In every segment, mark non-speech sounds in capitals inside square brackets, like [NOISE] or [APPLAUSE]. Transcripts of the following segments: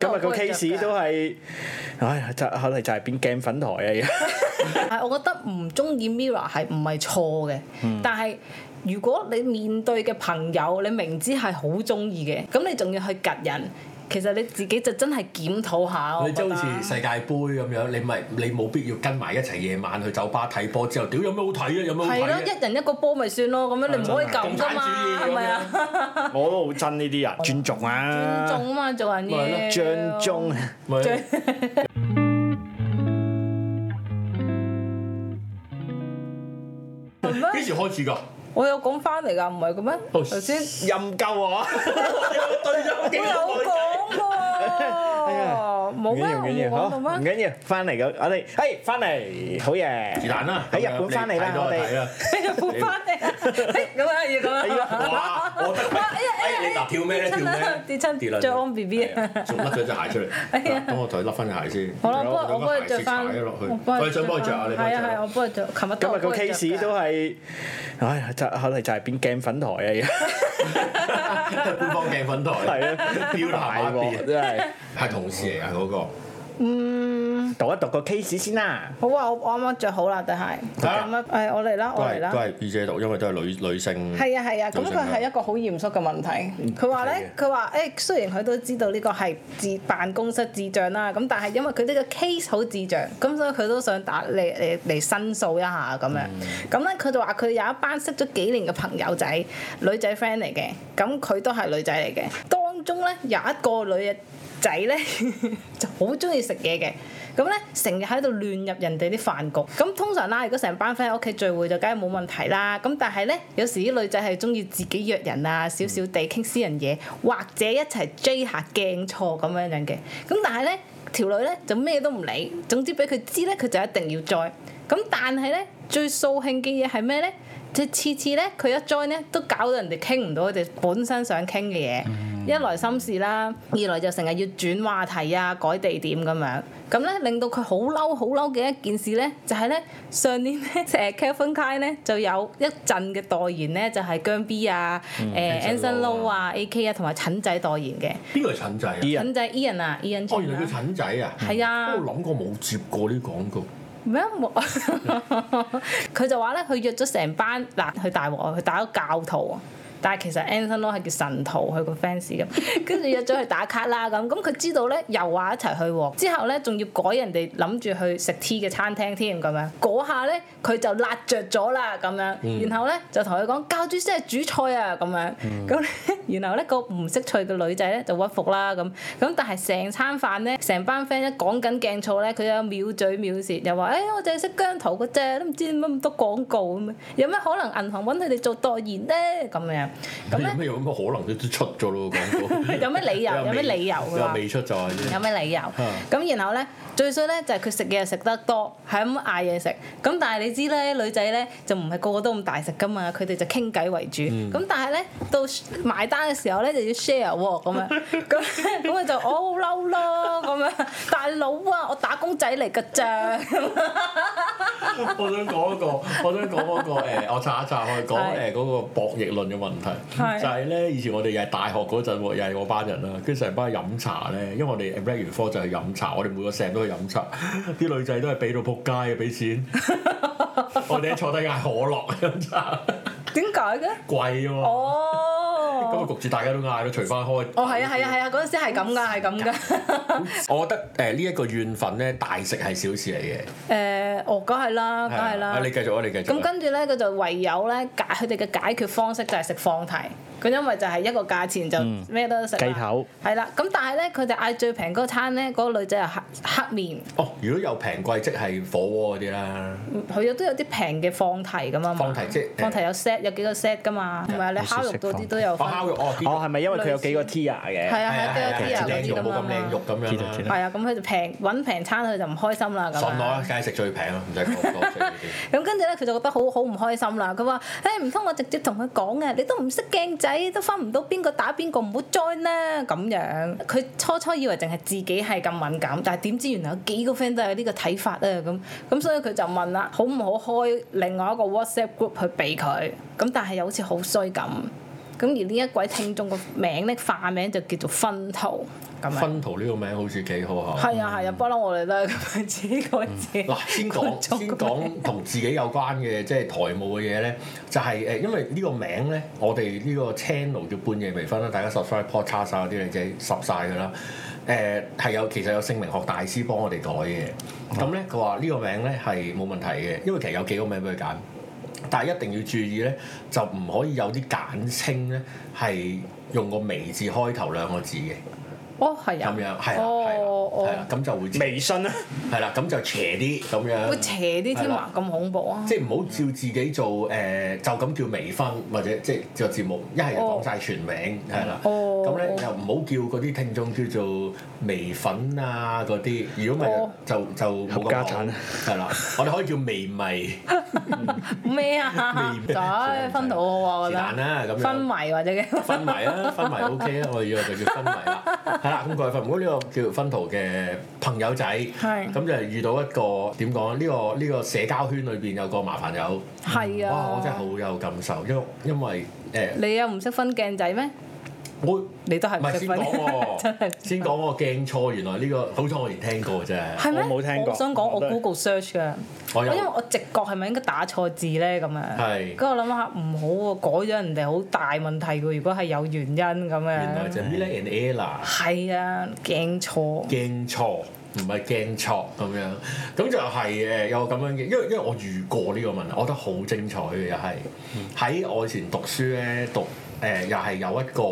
今日個我覺得 case 都係，唉，就可能就係變鏡粉台 [LAUGHS] 啊！係，我覺得唔中意 Mirror 係唔係錯嘅，但係如果你面對嘅朋友，你明知係好中意嘅，咁你仲要去及人，其實你自己就真係檢討下。我你即覺係得好似世界盃咁樣，你咪你冇必要跟埋一齊夜晚去酒吧睇波，之後屌有咩好睇啊？有咩好係睇咯，啊？一人一個波咪算咯，咁樣你唔可以咁噶嘛，係咪啊？而家我都好憎呢啲人，尊重尊啊，重啊嘛，做人嘢。張忠。咪張係咩幾時開始㗎？我有講翻嚟㗎，唔係嘅咩？頭哦先任鳩我，對咗我有講過，冇咩唔緊要，唔緊要，好，我冇講到唔 [LAUGHS] 咩？緊要，翻嚟咁，我哋，誒，翻嚟，好嘢，是但啦，啊喺日本翻嚟啦，我哋，你就撥翻嚟，咁啊要咁哎呀啊。哇！我得哎，你嗱跳咩咧？跳咩？跌親着安 B B 啊！仲甩咗隻鞋出係啊嚟，等我同佢甩翻隻鞋先。好啦，我幫我幫佢着翻，我我幫佢着幫佢着啊！你幫係佢啊係，着。我幫佢着。琴日今日個個 case 都係，唉，就可能就係變鏡粉台啊，而家啊官方鏡粉台，係啊，標大下鑊邊真係。係同事嚟㗎嗰個。嗯讀一讀個 case 先啦。好啊，我我啱啱着好啦，但係咁啊誒，我嚟啦，都我嚟係啦都。係 B 姐讀，因為都係女女性。係啊係啊，咁嗯女性佢係一個好嚴肅嘅問題。佢話咧，佢話誒，雖然佢都知道呢個係智辦公室智障啦，咁但係因為佢呢個 case 好智障，咁所以佢都想打嚟嚟嚟申訴一下咁樣。咁咧佢就話佢有一班識咗幾年嘅朋友仔，女仔 friend 嚟嘅，咁佢都係女仔嚟嘅。當中咧有一個女仔咧 [LAUGHS] 就好中意食嘢嘅。咁咧成日喺度亂入人哋啲飯局。咁通常啦，如果成班 friend 喺屋企聚會就梗係冇問題啦。咁但係咧，有時啲女仔係中意自己約人啊，少少地傾私人嘢，或者一齊 J 下鏡錯咁樣樣嘅。咁但係咧，條女咧就咩都唔理，總之俾佢知咧，佢就一定要 join。咁但係咧，最掃興嘅嘢係咩咧？即係次次咧，佢一 join 咧都搞到人哋傾唔到佢哋本身想傾嘅嘢。嗯一來心事啦，二來就成日要轉話題啊、改地點咁樣。咁咧令到佢好嬲、好嬲嘅一件事咧，就係、咧上年 [LAUGHS] 咧誒 Calvin Klein 咧就有一陣嘅代言咧，就係、姜 B 啊、嗯誒、Anson Anson Lo Lo 啊、AK 啊同埋陳仔代言嘅。邊個係陳仔啊？ Ian 陳仔 Ian 啊，Ian 哦， Chan 原來叫啊陳仔啊！係啊我諗過冇接過呢廣告。咩啊冇？ [LAUGHS] 佢就話咧，佢約咗成班嗱，佢大鑊啊，佢打咗教徒啊。但係其實 Anson Lo 係叫神徒，佢個 fans 咁， [LAUGHS] 跟住約咗去打卡啦咁，咁佢知道咧又話一齊去喎，之後咧仲要改人哋諗住去食 tea 嘅餐廳添咁樣，嗰下咧佢就辣着咗啦咁樣，然後咧就同佢講教主先係主菜啊咁樣，咁 [LAUGHS] 咧然後咧個唔識趣嘅女仔咧就屈服啦咁，咁但係成餐飯咧成班 friend 咧講緊鏡醋咧，佢有秒嘴秒舌，又話誒、哎我淨係識姜濤嘅啫，都唔知點解咁多廣告咁樣，有咩可能銀行揾佢哋做代言咧咁樣，咁有咧咩有咁嘅可能都出咗咯廣告 [LAUGHS] ？有咩理由 [LAUGHS] 有咩理由啊㗎又未出就 [LAUGHS] 係有咩理由？咁然後咧，最衰咧就係佢食嘢食得多，係咁嗌嘢食。咁但係你知咧，女仔咧就唔係個個都咁大食噶嘛，佢哋就傾偈為主。咁、但係咧，到埋單嘅時候咧就要 share 喎，咁樣咁咁佢就我好嬲咯，咁樣大佬啊，我打工仔嚟㗎咋。我想講一個，我想 [LAUGHS] 講嗰個誒，我查一查去講係誒嗰個博弈論嘅問題，係就係咧以前我哋又係大學嗰陣喎，又係我班人啦，跟住成班去飲茶咧，因為我哋 break 完科就去飲茶，我哋每個 set 都去飲 [LAUGHS] 茶，啲女仔都係俾到仆街嘅俾錢，我哋坐低嗌可樂飲 [LAUGHS] 茶，點解嘅？貴喎，咁啊哦，焗住大家都嗌咯，除翻開。哦係啊係啊係啊，嗰陣時係咁㗎，係咁㗎。 [LAUGHS] 我覺得誒呢一個怨憤咧，大食係小事嚟嘅。誒，哦，梗係啦，梗係啊啦啊。你繼續啊，你繼續啊。咁跟住咧，佢就唯有咧解佢哋嘅解決方式就係食放題。佢因為就係一個價錢就嗯咩都食啦雞頭係啦。咁但係咧，佢哋嗌最平嗰餐咧，嗰、個女仔又黑黑面，哦，如果有平貴即係火鍋嗰啲啦，佢有都有啲平嘅放題咁啊嘛。放題即係啊放題有 set 有幾個 set 噶嘛，同埋你烤肉嗰啲都有我分。烤肉哦，啲哦，係咪因為佢有幾個 tier 嘅？係啊係係啊，啊都有係啊，啲人靚嗰啲肉咁啊冇咁靚嘛肉。咁知道知樣道啦。係啊，咁佢就平揾平餐，佢就唔開心啦咁信我樣啦，。梗係食最平啦，唔使講 [LAUGHS] 咁多出嚟啲。咁跟住咧，佢就覺得好好唔開心啦。佢話：，誒唔通我直接同佢講啊？你都唔識鏡仔，都分唔到邊個打邊個，唔好 join 啦咁樣。佢初初以為淨係自己係咁敏感，但係點知原來有幾個 friend 都有呢個睇法啊咁。咁所以佢就問啦，好唔好開另外一個 WhatsApp group 去避佢？咁但係又好似好衰咁。咁而呢一位聽眾個名咧化名就叫做分圖咁樣。分圖呢個嗯名好似幾好嚇。係啊係啊，不嬲我哋都係咁樣自己改自己。嗱，先 [LAUGHS] 講觀眾先個名講同自己有關嘅，即係台務嘅嘢咧，就係、誒，因為呢個名咧，我哋呢個 channel 叫半夜微醺啦，大家 subscribe podcast 啊嗰啲，你自己 sub 晒㗎啦。誒、呃係有其實有姓名學大師幫我哋改嘅，咁咧佢話呢個名咧係冇問題嘅，因為其實有幾個名俾佢揀，但係一定要注意咧，就唔可以有啲簡稱咧係用個微字開頭兩個字嘅，哦係咁啊，樣係啦哦係啦，係哦，，啦咁就會微信啊，係啦，咁就斜啲咁樣。會邪啲係添啦啊，咁恐怖啊！即係唔好照自己做誒、呃就咁叫微醺或者即係做節目，一係就講晒全名係啦。哦咁咧又唔好叫嗰啲聽眾叫做微粉啊嗰啲，如果唔係哦就就冇合咁家好產啊。係啦，我哋可以叫微迷，咩啊？ [LAUGHS] 微仔分到我是覺但得啦咁昏樣。迷或者嘅昏迷啊，昏迷 OK 啊，我以為就叫昏迷啦，係啦，咁各位分，如果呢個叫分圖嘅朋友仔，係咁就遇到一個點講啊呢個呢、個社交圈裏邊有個麻煩友，係哇！我真係啊！好有感受，因為因為誒、呃你又唔識分鏡仔咩？我你都係唔唔係識先分 [LAUGHS] 講，真係唔，喎識先分講個鏡錯，原來呢個好彩我連聽過啫，係咩？我冇聽過我想講我我都係 Google search 㗎，我我因有為我直覺係咪應該打錯字咧咁樣？係跟住我諗下唔好喎，改咗人哋好大問題㗎。如果係有原因咁原來樣，就 Mila and Ella 係啊，鏡錯。鏡錯，唔係鏡錯咁樣，咁就係誒有個咁樣嘅，因為因為我遇過呢個問題，我覺得好精彩嘅又係喺我以前讀書咧讀誒、呃又係有一個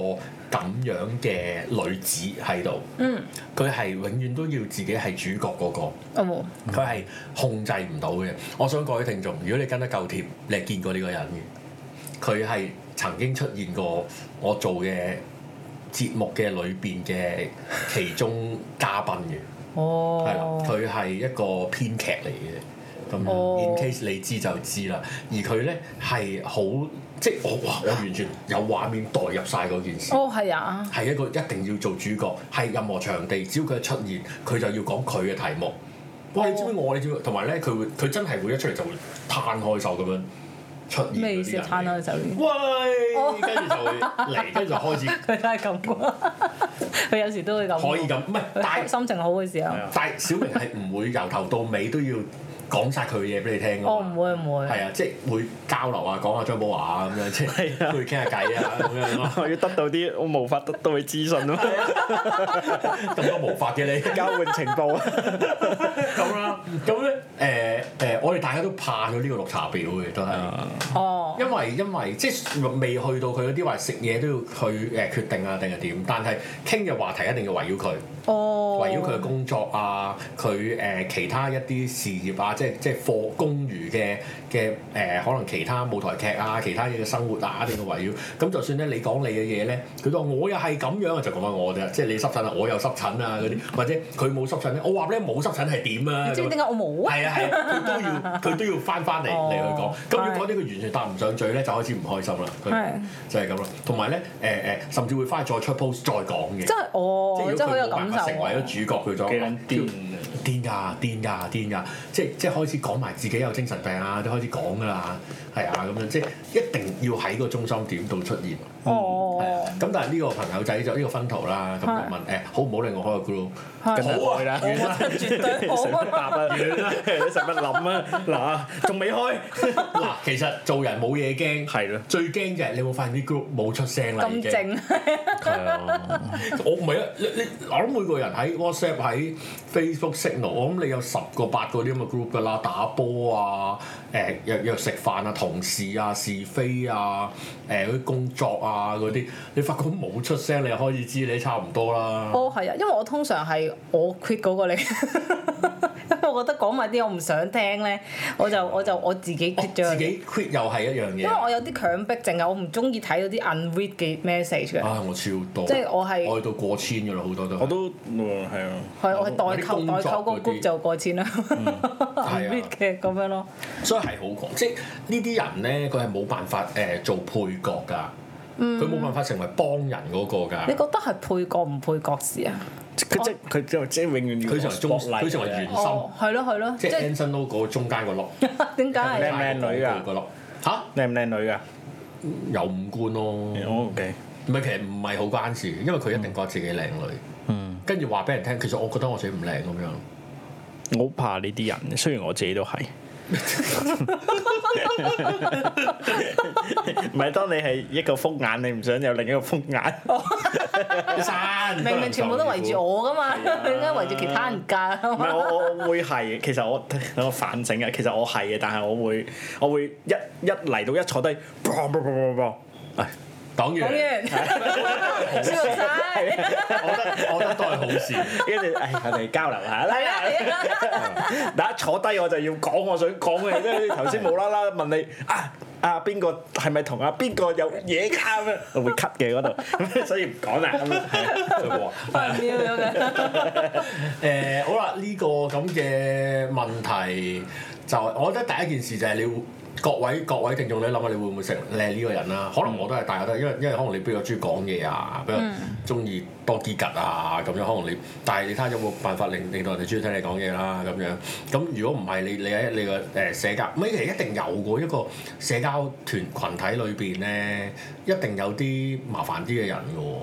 咁樣嘅女子喺度，嗯，佢係永遠都要自己係主角嗰、個。哦，佢係控制唔到嘅。我想各位聽眾，如果你跟得夠貼，你係見過呢個人嘅。佢係曾經出現過我做嘅節目嘅裏邊嘅其中嘉賓嘅，係啦、哦，佢係一個編劇嚟嘅。咁樣、哦 i n case 你知就知啦。而佢咧係好，即係我哇，我完全有畫面代入晒嗰件事。哦，係啊，係一個一定要做主角，係任何場地，只要佢一出現，佢就要講佢嘅題目。啊哇！你知唔知我？你知唔知？同埋咧，佢會佢真係會一出嚟就會攤開手咁樣出現咩意嗰思？啊啲人攤嚟。開哦手鏈，喂，跟住就會嚟，跟住就開 [LAUGHS] 始佢都係咁啩，佢有時都會咁。可以咁，唔係，佢但 [LAUGHS] 係心情好嘅時候係，啊但係小明係唔會由頭到尾都要講晒佢嘅嘢俾你聽㗎嘛。我哦唔會唔會。係啊，即係會交流啊，講下張寶華啊咁樣，即係係啊會傾下偈啊咁樣咯。 [LAUGHS] 我要得到啲我無法得到嘅資訊咯，咁多無法嘅你。交換情報啊，咁啦，咁咧誒誒，我哋大家都怕咗呢個綠茶婊嘅，都係，哦，因為因為即係未去到佢嗰啲話食嘢都要去誒決定啊定係點，但係傾嘅話題一定要圍繞佢，哦，圍繞佢嘅工作啊，佢誒其他一啲事業啊，即係即係課公餘嘅嘅誒，可能其他舞台劇啊，其他嘢嘅生活啊，一定要圍繞。咁就算咧，你講你嘅嘢咧，佢都話我又係咁樣啊，就講緊我啫，即係你濕疹啊，我又濕疹啊嗰啲，或者佢冇濕疹咧，我話俾你冇濕疹係點啊？你知唔知點解我冇啊？係啊係啊，佢都 [LAUGHS] 要佢都要翻翻嚟嚟去講哦。咁如果呢個完全答唔上嘴咧，就開始唔開心啦。佢係就係咁啦。同埋咧誒誒，甚至會翻去再出 post 再講嘅。真係哦，係真係好有如果佢感冇辦受法成為喎。咗主角，佢就幾撚癲啊癲㗎癲㗎癲㗎，即係即係開始講埋自己有精神病啊，都開始講㗎啦，係啊咁樣，即係一定要喺個中心點度出現。係啊哦，咁但係呢個朋友仔就呢個分圖啦，咁就係問誒好唔好令我開個 group？係好啊係啦，完啦 [LAUGHS] 絕對使好乜答啊！啊？ [LAUGHS] 你使乜諗啊？嗱，仲未開，嗱，其實做人冇嘢驚，係咯最驚就係你有冇發現啲 group 冇出聲 [LAUGHS] 啦，已咁經。靜，哦我唔係啊，你你我諗每個人喺 WhatsApp 喺 Facebook Signal，我諗你有十個八個啲咁嘅 group 噶啦，打波啊，誒約約食飯啊，同事啊，是非啊，誒嗰啲工作啊嗰啲，你發覺冇出聲，你就開始知你差唔多啦。哦係啊，因為我通常係我 quit 嗰個你， [LAUGHS] 因為我覺得講埋啲我唔想聽咧，我就我就我自己哦 quit 咗自佢。己 quit 又係一樣因為嘢。我有啲強迫症啊，我唔中意睇到啲 unread 嘅 message 嘅，啊！我超多，即係我係我去到過千噶啦，好多都係。 [LAUGHS] 我都嗯係啊，係我係代有購啲工代作購個哦嗰啲 group 就過千啦 [LAUGHS] 啊，unread 嘅咁樣咯。所以係好講，即係呢啲人咧，佢係冇辦法誒、呃做配角㗎，佢冇、辦法成為幫人嗰個你覺㗎。得係配角唔配角事啊？佢即佢就即永遠要佢成為中，佢成為原心，嗯哦，係咯係咯，即即係啊係 Anson Lo 嗰個中間個碌， [LAUGHS] 點解靚係唔啊靚女㗎個碌嚇靚唔靚女㗎？有五官咯。我 OK，唔係，其實唔係好關事，因為佢一定覺得自己靚女，嗯，跟住話俾人聽，其實我覺得我自己唔靚咁樣。我好怕呢啲人，雖然我自己都係。 [LAUGHS] 唔係，當你係一個複眼，你唔想有另一個複 [LAUGHS] 眼。山 [LAUGHS] 明明全部都圍住我噶嘛， [LAUGHS] 點解圍住其他人唔係啊㗎？我我我會係，其實我我反省啊，其實我係嘅，但係我會我會一一嚟到一坐低，砰砰砰砰砰，唉，[LAUGHS] 講黨員， [LAUGHS] 完，笑晒，我覺得我覺得都係好事。跟住唉，我哋交流下係啊啦啦。係啦， [LAUGHS] 嗱，一坐低我就要講我想講嘅嘢，即係頭先無啦啦問你啊啊邊個係咪同啊邊個有嘢㗎咁樣， [LAUGHS] 我會 cut 嘅嗰度，所以唔講啦。咁樣係佢 [LAUGHS] 話唔要咁啊樣，誒好啦，呢個咁嘅問題就係我覺得第一件事就係你會各位各位聽眾，你諗下你會唔會成你係呢個人啦？可能我都係，大家都係，因為因為可能你比較中意講嘢啊，比較中意多啲吉啊咁樣，可能你但係你睇下有冇辦法令令到人哋中意聽你講嘢啦咁樣。咁如果唔係你你喺你個誒社交，咪其實一定有嘅一個社交團群體裏邊咧，一定有啲麻煩啲嘅人嘅喎。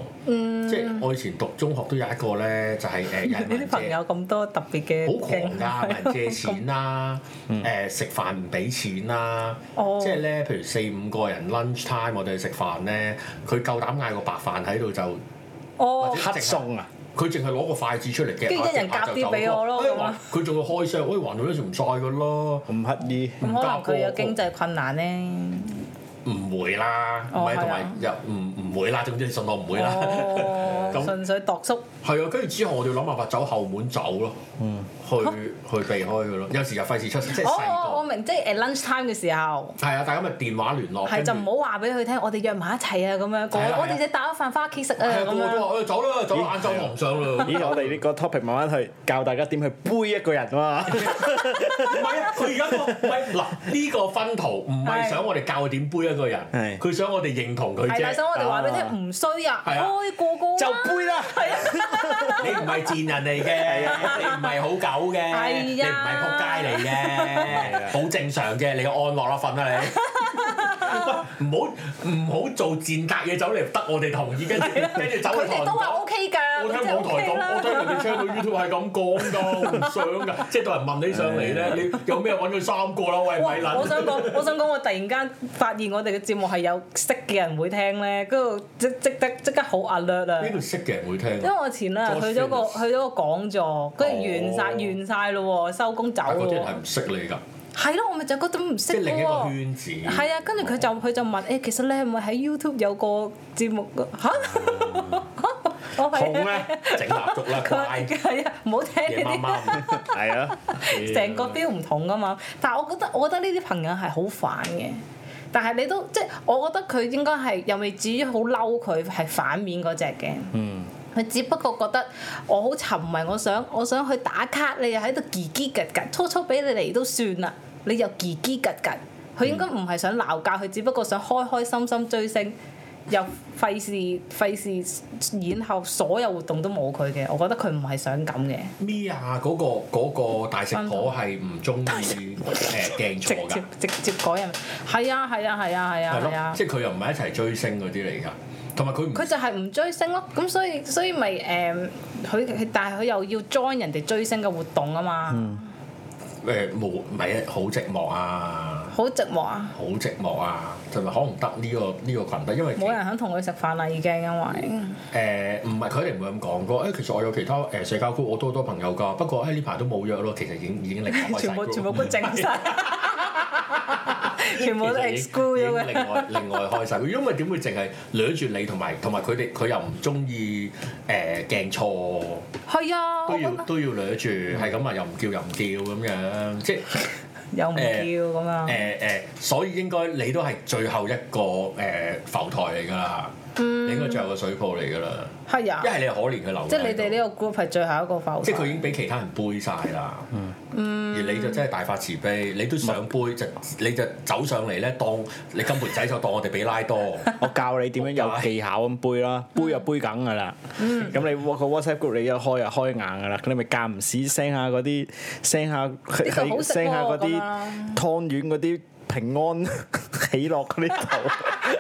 即係我以前讀中學都有一個咧，就係、誒、有人嗯 [LAUGHS] 你啲問朋借友啊咁多特別嘅好狂經歷，㗎，問人借錢啦，誒、食飯唔俾錢啦，哦即係咧，譬如四五個人 lunch time 我哋去食飯咧，佢夠膽嗌個白飯喺度就，哦，黑鬆啊！佢淨係攞個筷子出嚟嘅，跟住一人夾啲俾我咯哎咁啊佢仲要開箱，喂，還到都仲唔晒㗎咯，咁乞衣，咁可能佢有唔夾喎經濟困難咧。唔會啦，唔哦係同係啊埋又唔唔會啦，總之你信我唔會啦。哦， [LAUGHS] 咁純粹度叔，係啊，跟住之後我哋諗辦法走後門走咯，去去避開佢咯。有時又費事出，即係嗯哦，我我細明，即係 lunch time 嘅時候，個係啊，大家咪電話聯絡，係就跟唔住好話俾佢聽，我哋約埋一齊啊咁樣，係啊我我哋就打咗飯翻屋企食啊係啊，咁個個都樣，話：，誒走啦，走咦啦，晏晝我唔上啦。咦！我哋呢個 topic 慢慢去教大家點去杯一個人啊 [LAUGHS] 嘛，唔係啊，佢而家個唔係嗱呢個分圖，唔係係想我哋教佢點杯一個人，係佢想我哋認同佢係啦，所以啫。我哋話俾你聽唔衰啊，係啊開個個就啦，杯啦。啊你唔係賤人嚟嘅，你唔 [LAUGHS] 係啊好狗嘅，係啊你唔係仆街嚟嘅，好正常嘅，你安樂啦，[LAUGHS] 瞓啦你。喂唔好唔好做賤格嘢，走嚟得我哋同意，跟住跟住走啊佢去同哋人都話講。 OK 㗎，我聽咁就網台 OK 講，我啦 [LAUGHS] 聽。人哋 channel YouTube 係咁講㗎，我唔想㗎。即係啊到人問你上嚟咧，你有咩揾佢三個啦？啊喂，哇咪撚！我想講，我想講，我突然間發現我哋嘅節目係有識嘅人會聽咧，跟住即即得即刻好 alert 啊！呢度識嘅人會聽因為我前兩日 George 去咗個 Phillips 去咗個講座，跟住完晒哦完晒咯喎，收工走但嗰啲人咯係喎。唔識你㗎，係咯，我咪就覺得唔識即係另一個喎。圈哦子。係啊，跟住佢就佢就問誒、其實你係咪喺 YouTube 有個節目㗎吓？ [LAUGHS] 我紅係啊咧，整蠟燭 [LAUGHS] 啦，佢乖係啊，唔好聽夜呢媽啲，媽係啊， [LAUGHS] 成個 feel 唔同噶嘛。但係我覺得我覺得呢啲朋友係好煩嘅，但係你都即係我覺得佢應該係又未至於好嬲佢係反面嗰只嘅。嗯，佢只不過覺得我好沉迷，我想我想去打卡，你又喺度叽叽吉吉，初初俾你嚟都算啦，你又叽叽吉吉，佢應該嗯唔係想鬧交，佢只不過想開開心心追星，又費事費事，然後所有活動都冇佢嘅，我覺得佢唔係想咁嘅，咪啊！嗰個嗰個大食婆係唔中意誒鏡直錯接㗎，直接改人，係啊係啊係啊係啊係係啊咯，。即係佢又唔係一齊追星嗰啲嚟㗎，同埋佢唔佢就係唔追星咯，咁所以所以咪誒，佢、佢但係佢又要 join 人哋追星嘅活動啊嘛，誒冇唔係好寂寞啊，好、寂寞啊！好寂寞啊，同埋可能得呢個呢個群體，因為其冇人肯同佢食飯啦，已經因為誒唔係佢一定唔會咁講過，誒、其實我有其他誒、社交 group 我都好多朋友㗎，不過誒呢排都冇約咯，其實已經已經另外 [LAUGHS] 開晒全部 group 全部 [LAUGHS] 都整晒，全部都其實已 exclude 已經咗嘅。另外另外開晒佢，因為點會淨係掠住你同埋同埋佢哋佢又唔中意誒鏡錯，係啊，嗯我都覺要得都要掠住，係咁啊又唔叫又唔叫咁樣，即係又唔叫咁樣。誒誒，所以應該你都係最後一個誒、浮台嚟㗎啦，你應該最後個水泡嚟㗎啦，係嗯啊一，係你係可憐佢留，即係你哋呢個 group 係最後一個浮 [LAUGHS] 即係佢已台。經俾其他人背晒啦，嗯而嗯你就真係大發慈悲，你都想背就你就走上嚟咧，當你金盆仔就當我哋比 [LAUGHS] 拉多，我教你點樣有技巧咁杯啦，嗯杯就杯梗噶啦。咁你個 WhatsApp group 你一開就開硬噶啦，咁你咪間唔時 send 下嗰啲 send 下佢呢個好食佢喎 send 下嗰咁啲啊湯圓嗰啲平安 [LAUGHS] 喜樂嗰啲 [LAUGHS] 頭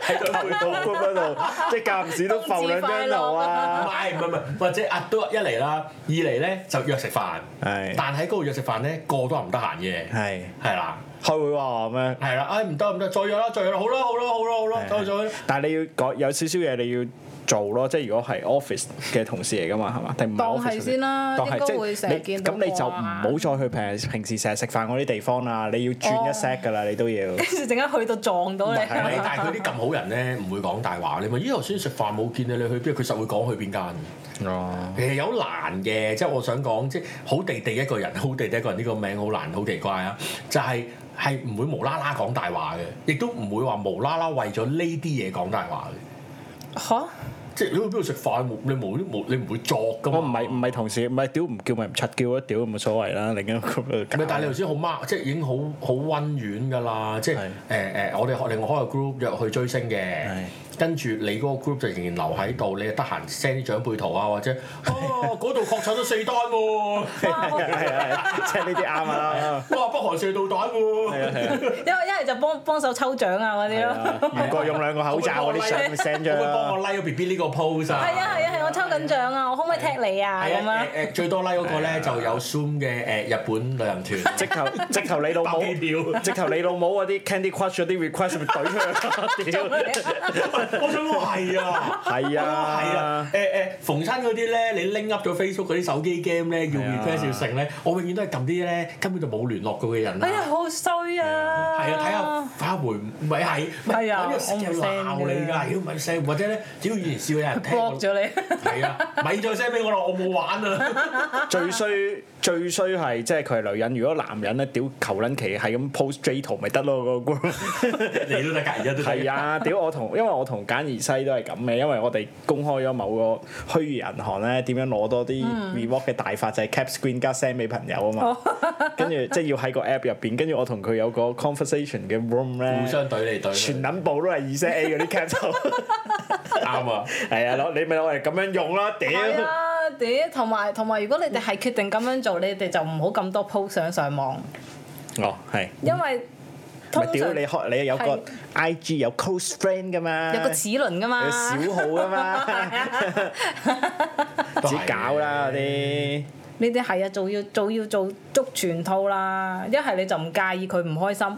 喺個配套 group 嗰度，即係間唔時都浮兩張頭唔啊！係唔係唔係，或者壓啊都一嚟啦，二嚟咧就約食飯。係但喺嗰度約食飯咧，個都係唔得閒嘅。係係啦，開會喎咁樣。係啦，唉唔得唔得，再約啦，再約啦，好啦好啦好啦好啦，再再啦。但係你要講有少少嘢你要做咯，即係如果係 office 嘅同事嚟噶嘛，係嘛？定唔係當 office 係先啦當係應該即係會成日你見到咁你就啩唔好再去平平時成日食飯嗰啲地方啦，你要轉一哦 set 㗎啦，你都要。跟住陣間去到撞到你，係咪？但係佢啲咁好人咧，唔會講大話。你問咦頭先食飯冇見你，你去邊？佢實會講去邊間。哦，誒有難嘅，即係我想講，即係好地地一個人，好地地一個人呢個名好難，好奇怪啊！就係係唔會無啦啦講大話嘅，亦都唔會話無啦啦為咗呢啲嘢講大話嘅。嚇即係你去邊度食飯，冇你冇冇你唔會作噶嘛？我唔係唔係同事，唔係屌唔叫咪唔出叫咯，屌冇所謂啦，另 [LAUGHS] 一個咁唔係，但係你頭先好 mark，即係已經好好温軟㗎啦。即係係誒誒，我哋另外開個 group 約去追星嘅係，跟住你嗰個 group 就仍然留喺度，你得閒 send 啲長輩圖啊，或 [LAUGHS] 者哦嗰度確診咗四單喎，係啊，係啊即係呢啲啱啊！哇北韓射導 [LAUGHS] 係彈啊喎。係啊一一係就幫幫手抽獎啊嗰啲係咯。啊，如果用兩個口罩嗰啲相 send 咗會幫我啦，拉咗 B B 呢個 pose 啊！係啊係啊係，我抽緊獎啊！我可唔可以踢你啊？咁係啊樣誒誒，最多拉嗰個啊咧就有 Zoom 嘅誒日本旅行團，直頭直頭你老母百。幾秒。直頭你老母嗰啲 Candy Crush 嗰啲 request 咪懟佢，屌！我想講係啊。係係啊啊，，誒誒，逢親嗰啲咧，你拎 up 咗 Facebook 嗰啲手機 game 咧，要係啊 request 要成咧，我永遠都係撳啲咧根本就冇聯絡過嘅人哎呀，啊。好衰啊！係啊，睇下返回唔係係，唔係係啊揾個我唔聲 send 鬧你嘅㗎，如果唔係 send，或者咧，只要以前笑有人聽我 block 咗你。係啊，咪再 send 俾我啦，我冇玩啊。最衰最衰係即係佢係女人，如果男人咧，屌求撚其係咁 post J 圖咪得咯個 group。 [LAUGHS] 你都得㗎，而家都得㗎係啊，屌我同，因為我同簡而西都係咁嘅，因為我哋公開咗某個虛擬銀行咧，點樣攞多啲嗯 reward 嘅大法就係 cap screen 加 send 俾朋友啊嘛，哦跟住即係要喺個 app 入邊，跟住我同佢有個 conversation 嘅 room 互咧，相懟嚟懟去全，撚部都係二 s A 嗰啲 [LAUGHS] cap 圖，啱啊！係啊，攞你咪攞嚟咁樣用啦，屌！係啊，屌！同埋同埋，如果你哋係決定咁樣做，你哋就唔好咁多 post 相上網，哦，係。因為通咪屌常你有開你有個係 IG 有 close friend 噶嘛，個齒輪噶嘛有。小號噶嘛，自己搞啦嗰啲。 [LAUGHS] 呢啲係啊，做要做要做足全套啦。一係你就唔介意佢唔開心，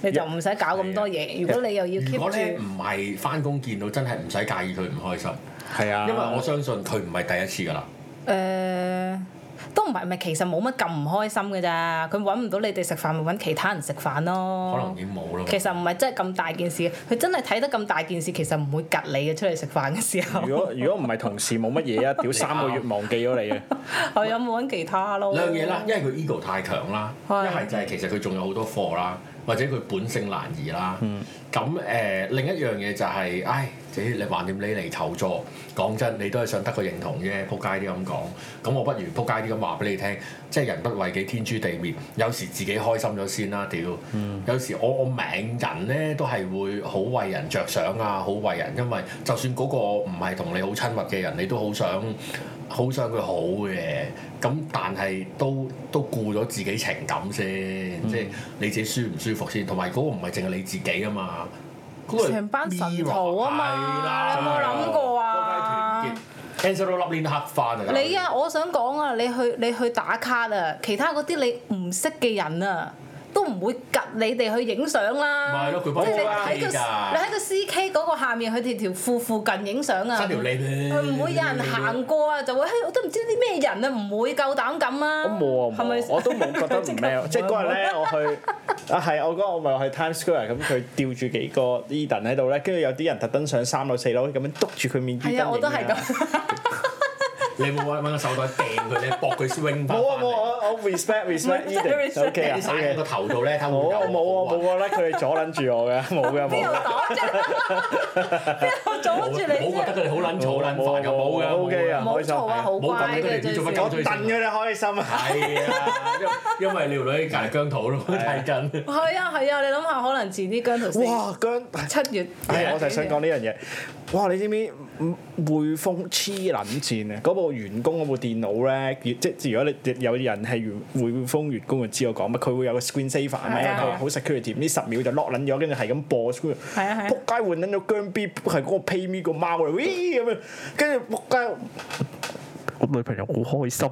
你就唔使搞咁多嘢。如果你又要如 keep 果咧住，唔係翻工見到，真係唔使介意佢唔開心，係啊因為我相信佢唔係第一次㗎啦。誒。呃都唔係，咪其實冇乜咁唔開心嘅咋，佢揾唔到你哋食飯，咪揾其他人食飯咯。可能已經冇啦。其實唔係真係咁大件事，佢真係睇得咁大件事，其實唔會隔你嘅出嚟食飯嘅時候，嗯如果如果唔係同事冇乜嘢啊，屌三個月忘記咗你啊！ [LAUGHS] 我有冇揾其他咯？兩樣嘢啦，因為佢 ego 太強啦，一啊係係就係其實佢仲有好多貨啦，或者佢本性難移啦。咁誒、另一樣嘢就係、唉，你你橫掂你嚟求助，講真，你都係想得個認同啫，撲街啲咁講。咁我不如撲街啲咁話俾你聽，即係人不為己，天誅地滅。有時自己開心咗先啦，屌！有時我我明人咧都係會好為人着想啊，好為人，因為就算嗰個唔係同你好親密嘅人，你都好想。好想佢好嘅，咁但係都都顧咗自己情感先，嗯即係你自己舒唔舒服先，同埋嗰個唔係淨係你自己啊嘛，嗰、個係成班神徒啊 mirror，係嘛，啦你有冇諗過啊？嗰班團結 Angelo 粒鏈黑化啊！你啊，我想講啊，你去你去打卡啊，其他嗰啲你唔識嘅人啊。都唔會及你哋去影相啦，咪係咯佢幫即係你我拉喺個㗎你喺個 CK 嗰個下面，佢哋條褲附近影相啊，伸條脷咩？佢唔會有人行過啊，就會嘿，我都唔知啲咩人啊，唔會夠膽咁啊。我冇啊，係咪冇啊我都冇覺得唔咩，即係嗰日咧，我去啊係，我嗰日我咪去 Times Square 咁，佢吊住幾個 Eden 喺度咧，跟住有啲人特登上三樓四樓咁樣督住佢面珠燈係啊，我都係影啊咁。你有冇揾揾個手袋掟佢咧，搏佢 swing 翻冇啊返嚟冇啊，我我 respect respect 唔係真係 Eden OK 啊掟曬喺 OK 個。頭度咧，睇冇會唔會啊冇有啊冇啊！啊咧，佢哋阻撚住我嘅，冇嘅邊有冇。擋啫？邊有阻住你冇啊覺啫？得佢哋好撚嘈撚煩又冇嘅冇 O 嘅 K 啊，冇開心。嘈啊，好冇乖撳佢嘅哋最啲少做乜。我鳩燉佢哋開心啊！係啊，因因為你條女隔離姜土咯，睇緊。係啊係啊，你諗下，可能遲啲姜濤哇，姜四七月。係，我就係想講呢樣嘢。哇！你知唔知嗯匯豐黐撚線啊？嗰部員工嗰部電腦咧，即係如果你有人係員匯豐員工就知我講乜，佢會有個 screen saver 啊嘛，因係為佢啊好 security，呢十秒就 lock 撚咗，跟住係咁播 screen，係啊係啊撲街換撚咗姜 B，係嗰個 pay me 個貓嚟，喂咁樣，跟住撲街。啊 [LAUGHS] 我女朋友好開 [LAUGHS] 心，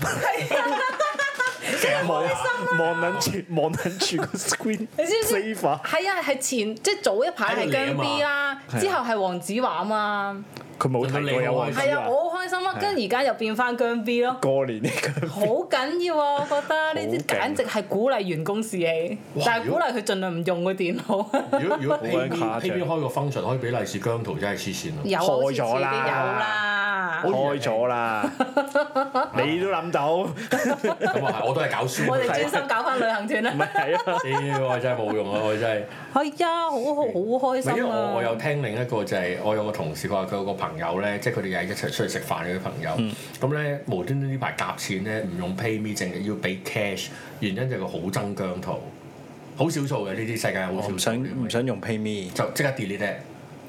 望望撚住望撚住個 screen [LAUGHS] 你知唔知 saver，係啊，係前即係早一排係姜 B 啦，係啊之後係黃子華啊嘛，佢冇睇過有我知係啊，我好開心啊，跟住而家又變翻姜 B 咯，過年呢 [LAUGHS] 個好緊要啊！我覺得呢啲好勁簡直係鼓勵員工士氣哇，但係如鼓果勵佢盡量唔用個電腦。如果如 [LAUGHS] 果好鬼 PayMe 誇張 PayMe 開個 function 可以俾利是姜圖，真係黐線 [LAUGHS] 咯。有啊開好似咗啦自己有啦。開咗 [LAUGHS] 啦，你都諗到，唔咁啊係，我都係搞書。我哋專屌 [LAUGHS] 心搞翻旅行團啦。係啊，我真係冇用啊！[LAUGHS] 我真係。係啊，好好好開唔係因心為我我啊！有聽另一個就係、我有個同事佢話佢有個朋友咧，即係佢哋又係一齊出去食飯嘅朋友，咁咧、無端端呢排夾錢咧唔用 PayMe，淨係要俾 cash，原因就係佢好憎姜圖，好少數嘅呢啲世界好 [LAUGHS] 我少唔數想嘅唔想用 PayMe，就即刻 delete 咧，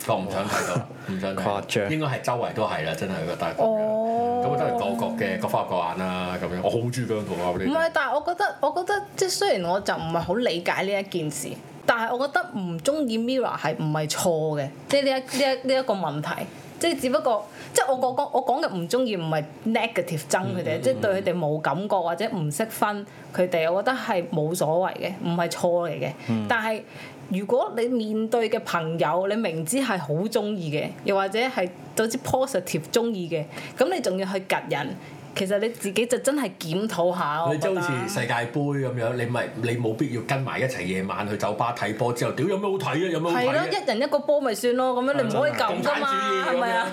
我唔想睇到啦，唔想睇誇張應該係周圍都係啦，真係佢覺得咁樣。咁啊，哦都係各國嘅各花入各眼啦，咁樣我好中意姜圖啊！我唔係哋，但係我覺得，我覺得即係雖然我就唔係好理解呢一件事，但係我覺得唔中意 Mirror 係唔係錯嘅，即係呢一呢一呢一個問題。即係只不過，即係我講講我講嘅唔中意，唔係 negative 憎佢哋，即係對佢哋冇感覺或者唔識分佢哋，我覺得係冇所謂嘅，唔係錯嚟嘅。但係如果你面對嘅朋友，你明知係好中意嘅，又或者係總之 positive 中意嘅，咁你仲要去夾人，其實你自己就真係檢討下。我你即覺係得好似世界盃咁樣，你咪你冇必要跟埋一齊夜晚去酒吧睇波之後，屌有咩好睇啊？有咩好係睇咯，啊？一人一個波咪算咯，咁樣你唔可以咁噶嘛，係咪啊？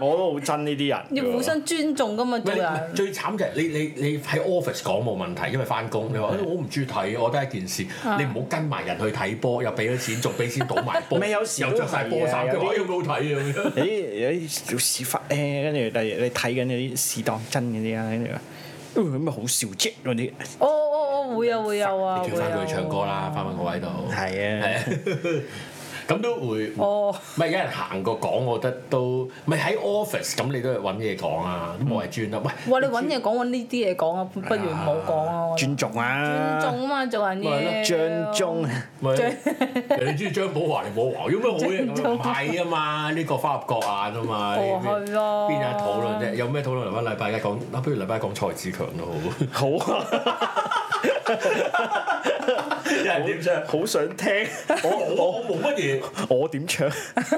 我都好憎呢啲人，要互相尊重噶嘛，唔做係唔係人。最慘就係你你你喺 office 講冇問題，因為翻工你話嗯哎我唔中意睇，我覺得一件事，啊你唔好跟埋人去睇波，又俾咗錢，仲俾錢賭埋 [LAUGHS] 波，咪有時又都着晒係波嘅衫，有跟住啲哎有冇好睇啊咁 [LAUGHS] 樣。有啲有啲小屎忽咧，跟住例如你睇緊嗰啲試當真嗰啲啊，跟住話呃咁咪好笑啫嗰啲，哦哦哦，會啊會有啊，你叫翻佢會去有唱歌啦，翻返個位度。係啊，係咁都會，唔哦，係有人行過講，我覺得都，唔係喺 office 咁你都係揾嘢講啊，咁我係專啦，喂，哇！你揾嘢講揾呢啲嘢講啊，不如唔好講啊。我覺得尊重尊啊，重啊嘛，做人嘢。張忠咪你中意張寶華定寶華？有咩好嘢咁樣？唔係啊嘛，呢個花入各眼啊嘛，呢哦啲係咯邊有得討論啫？有咩討論？留翻禮拜一講，啊不如禮拜一講蔡志強都 [LAUGHS] 好。好啊，有人點唱？好想聽，我我我冇乜嘢，我點唱？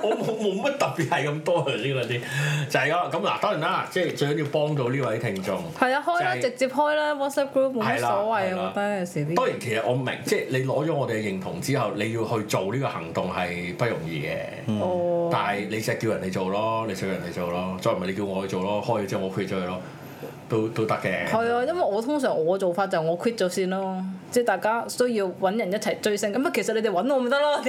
我冇冇乜特別係咁多頭先嗰啲，就係咁。咁嗱，當然啦，即係最緊要幫到呢位聽眾。係啊，開啦，就係直接開啦，WhatsApp group 冇乜係所謂啊，啦係啦我覺得有時當啲。然，其實我明，即係你攞咗我哋嘅認同之後，你要去做呢個行動係不容易嘅。哦，但係你就叫人哋做咯，你就叫人哋做咯，再唔係你叫我去做咯，開咗之後我 quit 咗佢咯，都都得嘅。係啊，因為我通常我做法就我 quit 咗先咯，即係大家需要揾人一齊追星。咁啊，其實你哋揾我咪得咯， [LAUGHS]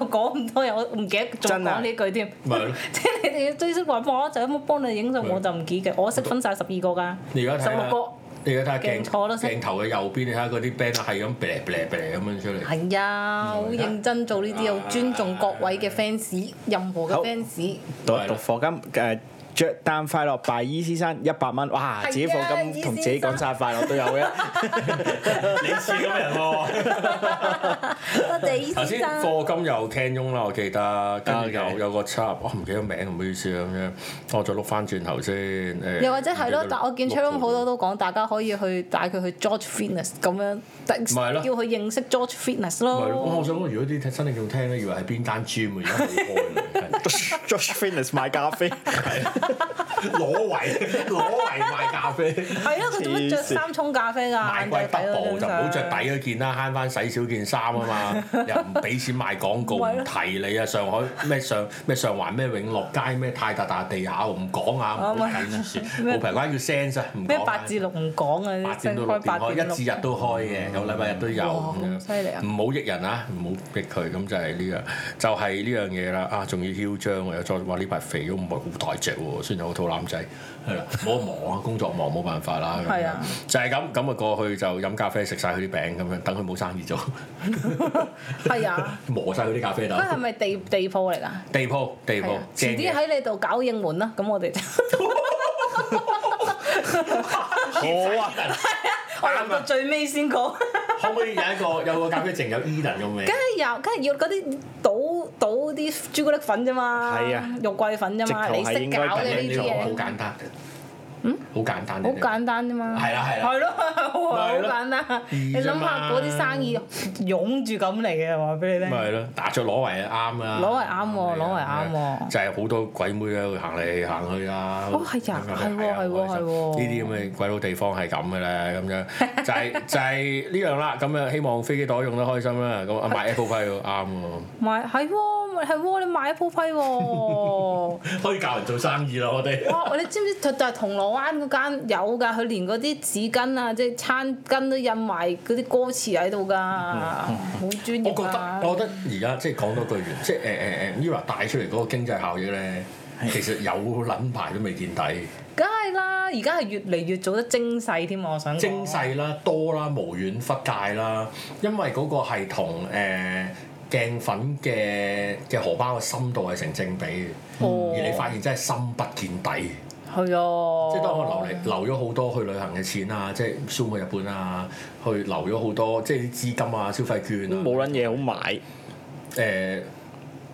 我講咁多嘢，我唔記得仲真啊講呢句添。咪係咯 [LAUGHS] 即係你哋要追星揾我，就咁幫你影相，我就唔記嘅。我識分晒十二個㗎，你而家十睇六下個。，你而家睇下鏡錯都鏡識鏡頭嘅右邊，你睇下嗰啲 banner 係咁 blah blah blah 咁樣出嚟。係啊，好認真做呢啊啲，好尊重各位嘅 fans，任何嘅好 [LAUGHS] fans。讀係啦讀課金誒。着單快樂拜伊先生一百蚊，哇！係啊自己課金同自己講晒快樂都有 [LAUGHS] 嘅，你似咁人喎。多謝醫 [LAUGHS] 頭先課金又 can 翁啦，我記得，跟住有有個插，我唔記得名，唔好意思啊咁樣，我再碌翻轉頭先。誒又或者係咯，但我見 c h a r o 好多都都講，大家可以去帶佢去 George Fitness 咁樣，咪係咯叫佢認識 George Fitness 唔係咯我咯。想講，如果啲新聽眾聽咧，以為係邊間 gym 啊，而家冇開 Josh Fitness 買咖啡，攞圍攞圍賣咖 [LAUGHS] 啡，係啊咯，佢做乜着衫沖咖啡㗎？賣晏貴晝睇 double 咯，就唔好着底嗰件啦，慳翻洗少件衫 [LAUGHS] 啊嘛，又唔俾錢賣廣告，咪咯唔提你啊！上海咩上咩上環咩永樂街咩泰達大地下唔講啊，唔好哦咪睇呢啲事， [LAUGHS] 咩冇平關要 sense 啊，唔咩講八啊。至六唔講啊，八啲點聲到開六點八點開，一六至。日都開嘅，有禮拜日都有哇咁咁樣。犀利啊唔好益人啊，唔好益佢，咁就係啊呢樣，就係呢樣嘢啦。啊，仲要囂張喎，又再話呢排肥咗，唔係好大隻喎，雖然有個肚腩男仔，[LAUGHS] 係啦，我忙啊，工作忙冇辦法啦，咁係樣啊就係咁，咁啊過去就飲咖啡食晒佢啲餅咁樣，等佢冇生意做， [LAUGHS] 係啊，磨晒佢啲咖啡豆佢。係咪地地鋪嚟㗎？地鋪地係鋪啊，正遲啲嘅，喺你度搞應援啦，咁我 [LAUGHS] 哋就好啊！我諗到最尾先 [LAUGHS] 講。可唔可以有一個有個咖啡淨有 Eden 咁名梗？係有，梗係要嗰啲倒倒啲朱古力粉啫嘛，係啊肉桂粉啫嘛，直頭係你識應搞該嘅咁呢呢啲個好嘢，簡單，嗯，好簡單，好簡單啫嘛，係啦係啦係咯，好咪係咯簡單。你易諗啫下嘛嗰啲生意湧住咁嚟嘅，話俾你咪聽。係咯，打着攞圍啱啊！攞圍啱喎攞圍啱喎就係好多鬼妹喺度行嚟行去啊！哦係啊咁係樣喎係啊係喎好開心係喎呢啲咁嘅鬼佬地方係咁嘅咧，咁樣就 [LAUGHS] 係就係呢樣啦。咁啊，希望飛機袋用得開心啦。咁啊，買 Apple Pay 喎啱喎，買係喎，係喎，你買一鋪批喎。可以教人做生意啦，我哋。 [LAUGHS] 哇！你知唔知就就係銅鑼灣嗰間有㗎，佢連嗰啲紙巾啊，即係餐巾都印埋嗰啲歌詞喺度㗎，好專 [LAUGHS] 我業覺啊得，！我覺得而家即係講多句完，即係誒誒誒 Mira 帶出嚟嗰個經濟效益咧，其實有撚排都未見底，梗係啦，而家係越嚟越做得精細添，我想講精細啦、多啦、無遠忽界啦，因為嗰個係同誒鏡粉嘅嘅荷包嘅深度係成正比嘅，哦而你發現真係深不見底。係啊，即係當我哦留嚟留咗好多去旅行嘅錢啊，即係 s 去日本啊，去留咗好多即係啲資金啊、消費券啊，嗯冇撚嘢好買，誒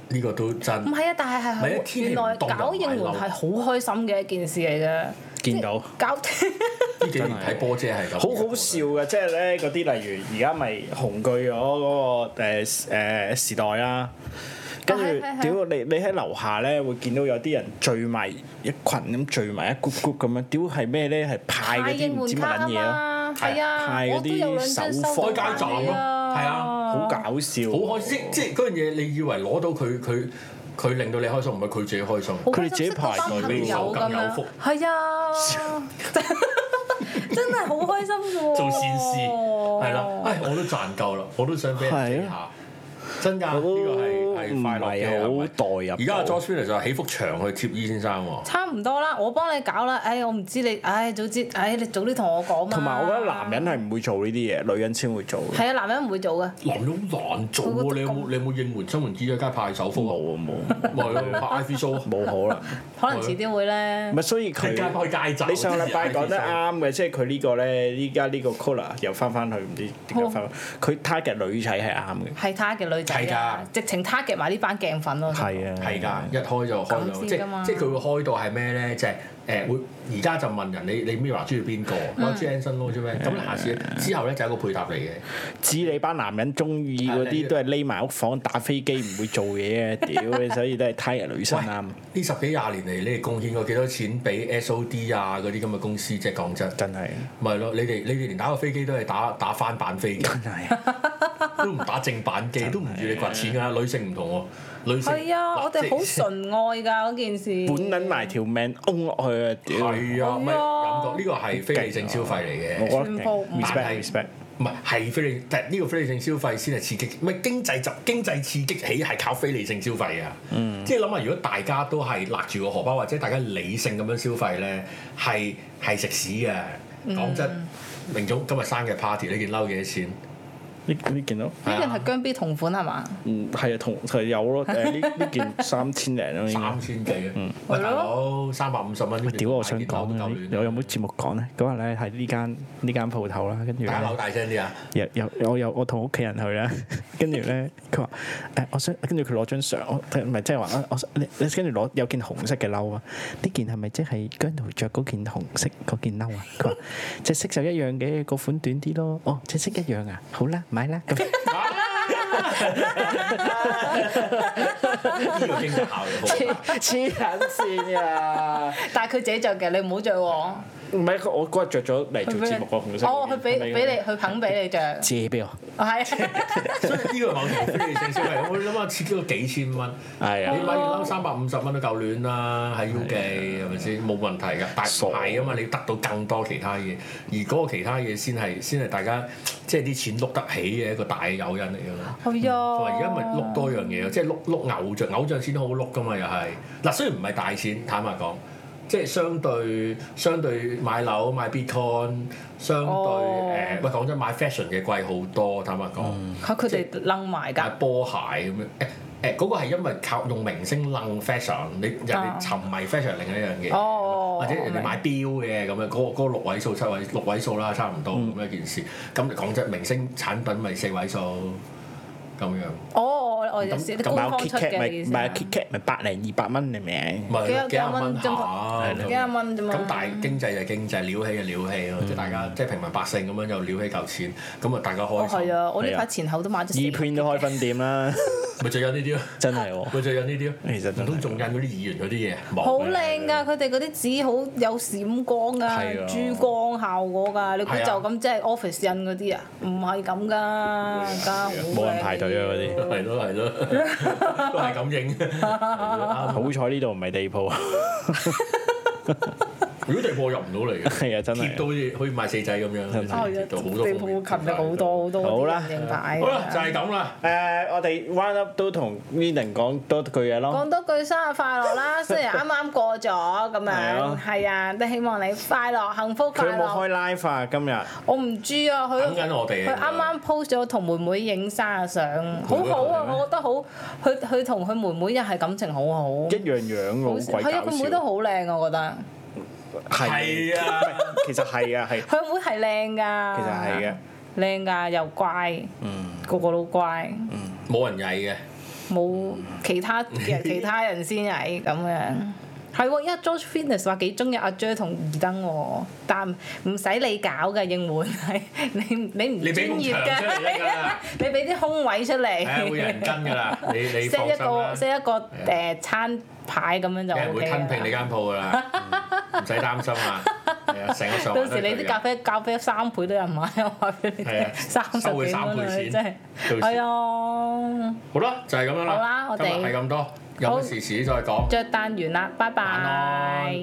呢個都真唔。係啊，但係唔係啊係好天氣原唔來凍就搞應援買樓係好開心嘅一件事嚟嘅，見到。搞 [LAUGHS] 呢幾年睇波姐係咁，好好笑嘅，即係咧嗰啲例如而家咪紅巨咗嗰個誒誒時代啦，跟住啊係係係屌你你喺樓下咧會見到有啲人聚埋一群咁聚埋一 group group 咁樣，屌係咩咧？係派派嗰啲應唔知乜援卡撚啊嘢咯，嘛，係啊，派嗰我都有兩張啲收手到貨卡街站嚟咯係啊好搞笑。好開心，即係嗰樣嘢，你以為攞到佢佢佢令到你開心，唔係佢自己開心。好佢哋開心自己識到排班隊朋俾友咁手更有樣福，係 [LAUGHS] 啊，真係好開心嘅喎，做善事係啦，唉，我都賺夠啦，我都想俾人哦係啊記下。真㗎，呢我都個係唔係快樂係啊嘅係好咪代入而家阿到 George Miller 就係起幅牆去貼 E 先生喎。差唔多啦，我幫你搞啦。唉，我唔知你，唉，早知，唉，你早啲同我講嘛。同埋我覺得男人係唔會做呢啲嘢，女人先會做。係啊，男人唔會做嘅。男人好難做佢喎，會你有咁冇你有冇應援新援之一家派手幅號？冇啊咪係咯拍 IV show 冇冇可能， [LAUGHS] 可能遲啲會咧唔。係所以佢佢街開街站。你上禮拜講得 IV show 啱嘅，即係佢呢個咧，依家呢個 Cola 又翻翻去，唔知點解翻。佢 target 女仔係啱嘅，係 target 女仔啊係㗎直情 target 埋呢班鏡粉咯。係啊，係㗎，一開就開咁到，即先㗎嘛即佢會開到係咩咧？就係誒會而家就問人你你 Mira 中意邊個？嗯我中意 Anson Lo 啫咩？咁下次之後咧就係一個配搭嚟嘅。知你班男人中意嗰啲都係匿埋屋房打飛機，唔會做嘢嘅，啊屌你，所以都係 target 女生啱。呢十幾廿年嚟，你哋貢獻過幾多錢俾 SOD 啊嗰啲咁嘅公司？即係講真，真係，啊咪係咯？你哋你哋連打個飛機都係打打翻版飛機，真係，啊都唔打正版機，都唔預你掘錢㗎。女性唔同喎，女性係啊，嗱我哋好即純愛㗎嗰件事。本撚埋條命翁落去啊！屌， [LAUGHS] 係啊，咪係啊感覺呢個係非理性消費嚟嘅。我覺得全部唔 respect respect，唔係係非理，但係呢個非理性消費先係刺激，唔係經濟就經濟刺激起係靠非理性消費啊！嗯即係諗下，如果大家都係勒住個荷包，或者大家理性咁樣消費咧，係係食屎嘅。嗯講真，明總今日生日 party 呢件褸幾多錢？呢呢件咯，呢件係啊姜 B 同款係嘛？嗯係啊，同係有 [LAUGHS] 咯，誒呢呢件三千零咯應該。三千幾啊！喂，係咯大佬三百五十蚊呢嗯件屌！我想買件褸講都夠啊咧，暖我有冇節目講咧？嗰日咧喺呢間呢間鋪頭啦，跟住呢大家扭大聲啲啊！有有我有我同屋企人去啦， [LAUGHS] 跟住咧佢話誒我想，跟住佢攞張相，我睇唔係即係話啊我想你你跟住攞有件紅色嘅褸啊，呢件係咪即係姜濤着嗰件紅色嗰件褸啊？佢話隻色就一樣嘅，個款短啲咯。哦，隻色一樣啊，好啦，買啦 [LAUGHS] 咁。呢個經濟效益好 [LAUGHS] 大。黐撚線啊！但係佢自己着嘅，你唔好着喎。唔係我嗰日着咗嚟佢做俾節你目個紅色。哦，佢俾俾你，佢肯俾你着。哦借啊俾我，係 [LAUGHS] 所以呢個某程度非理性消費，我諗下設咗幾千蚊，係你哦啊。買件褸三百五十蚊都夠暖啦，喺 U 記係咪先冇問題㗎？但係唔係啊嘛，你得到更多其他嘢，而嗰個其他嘢先係先係大家即係啲錢碌得起嘅一個大嘅誘因嚟㗎咯。係同啊。埋而家咪碌多樣嘢，即係碌碌偶像，偶像先好碌㗎嘛，又係嗱。雖然唔係大錢，坦白講，即係相對相對買樓買 Bitcoin，相對誒、哦喂講真買 fashion 嘅貴好多，坦白講。嗯嚇佢哋楞埋買㗎，波鞋咁樣。誒誒嗰個係因為靠用明星楞 fashion，你人啊哋沉迷 fashion 另一樣嘢，哦或者人哋買表嘅咁樣，嗰、個嗰個六位數、七位六位數啦，差唔多咁一件事。咁講真，明星產品咪四位數咁樣，哦，我我有咁時咁啲買官個方 Kit 出 Kat 嘅咪意思買啊 Kit Kat 咪百零二百蚊，你明？咪幾多幾廿蚊幾下多蚊咁樣幾廿蚊啊啫嘛。咁但係經濟就經濟，撩起就撩起嗯咯，即係大家即係平民百姓咁樣又撩起嚿錢，咁啊大家哦開係心，啊，我呢係啊排前後都買咗四 E 個。 print 都開分店啦， [LAUGHS] 咪最有呢啲咯，真係喎。咪最有呢啲咯，其實真係唔通仲印嗰啲議員嗰啲嘢冇好靚㗎！啊佢哋嗰啲紙好有閃光係㗎啊，珠光效果㗎。你估係啊就咁即係 office 印嗰啲啊？唔係咁㗎，啊梗係好冇人排隊啊嗰啲係咯係咯，都係咁影。啱好彩呢度唔係地鋪， [LAUGHS] 如果地鋪入唔到嚟嘅，係啊真係貼到好似好似賣四仔咁樣，真係啊！貼係到啊，好多地方面鋪琴日好多。好多好啲啦人認牌好啦，就㗎。係咁啦。誒，我哋 round up 都同 Vinton 講多句嘢咯。講多句生日快樂啦！雖然啱啱過咗咁係樣咯，係啊，都希望你快樂、幸福、佢快冇樂開。live 啊，今日我唔知啊，佢等緊我哋佢啱啱 post 咗同妹妹影生日相，好好啊！妹妹我覺得好，佢佢同佢妹妹又係感情好好，一樣樣喎好鬼係啊，搞佢妹都笑。好靚，我覺得係係啊，其實係啊，係佢妹係靚㗎，其實係嘅，靚㗎又乖，個個都乖，冇人 [LAUGHS] 曳嘅，冇其 [LAUGHS] 他嘅其他人先係咁樣。係喎，因為 George Fitness 話幾中意阿 J 同二登喎，但唔使你搞嘅應援係 [LAUGHS] 你唔你唔你俾專埲業牆出嚟啊得㗎嘅啦， [LAUGHS] 你俾啲空位出嚟。係啊 [LAUGHS] 會有人跟㗎啦。你你 set 放一心個啦， set 一個係啊誒餐牌咁樣就有人 O 會 K 吞併你啦。間鋪㗎啦， [LAUGHS] 嗯唔使擔心啊。係啊，成個上到環都時係你佢啲嘅咖啡咖啡三倍都有人買，我話俾你係聽啊，三十收佢幾三蚊倍啊！錢真係到時係啊，好啦，就係咁樣啦。好啦我哋今日係咁多，有好咩事事再講。着單完啦，拜晚拜安。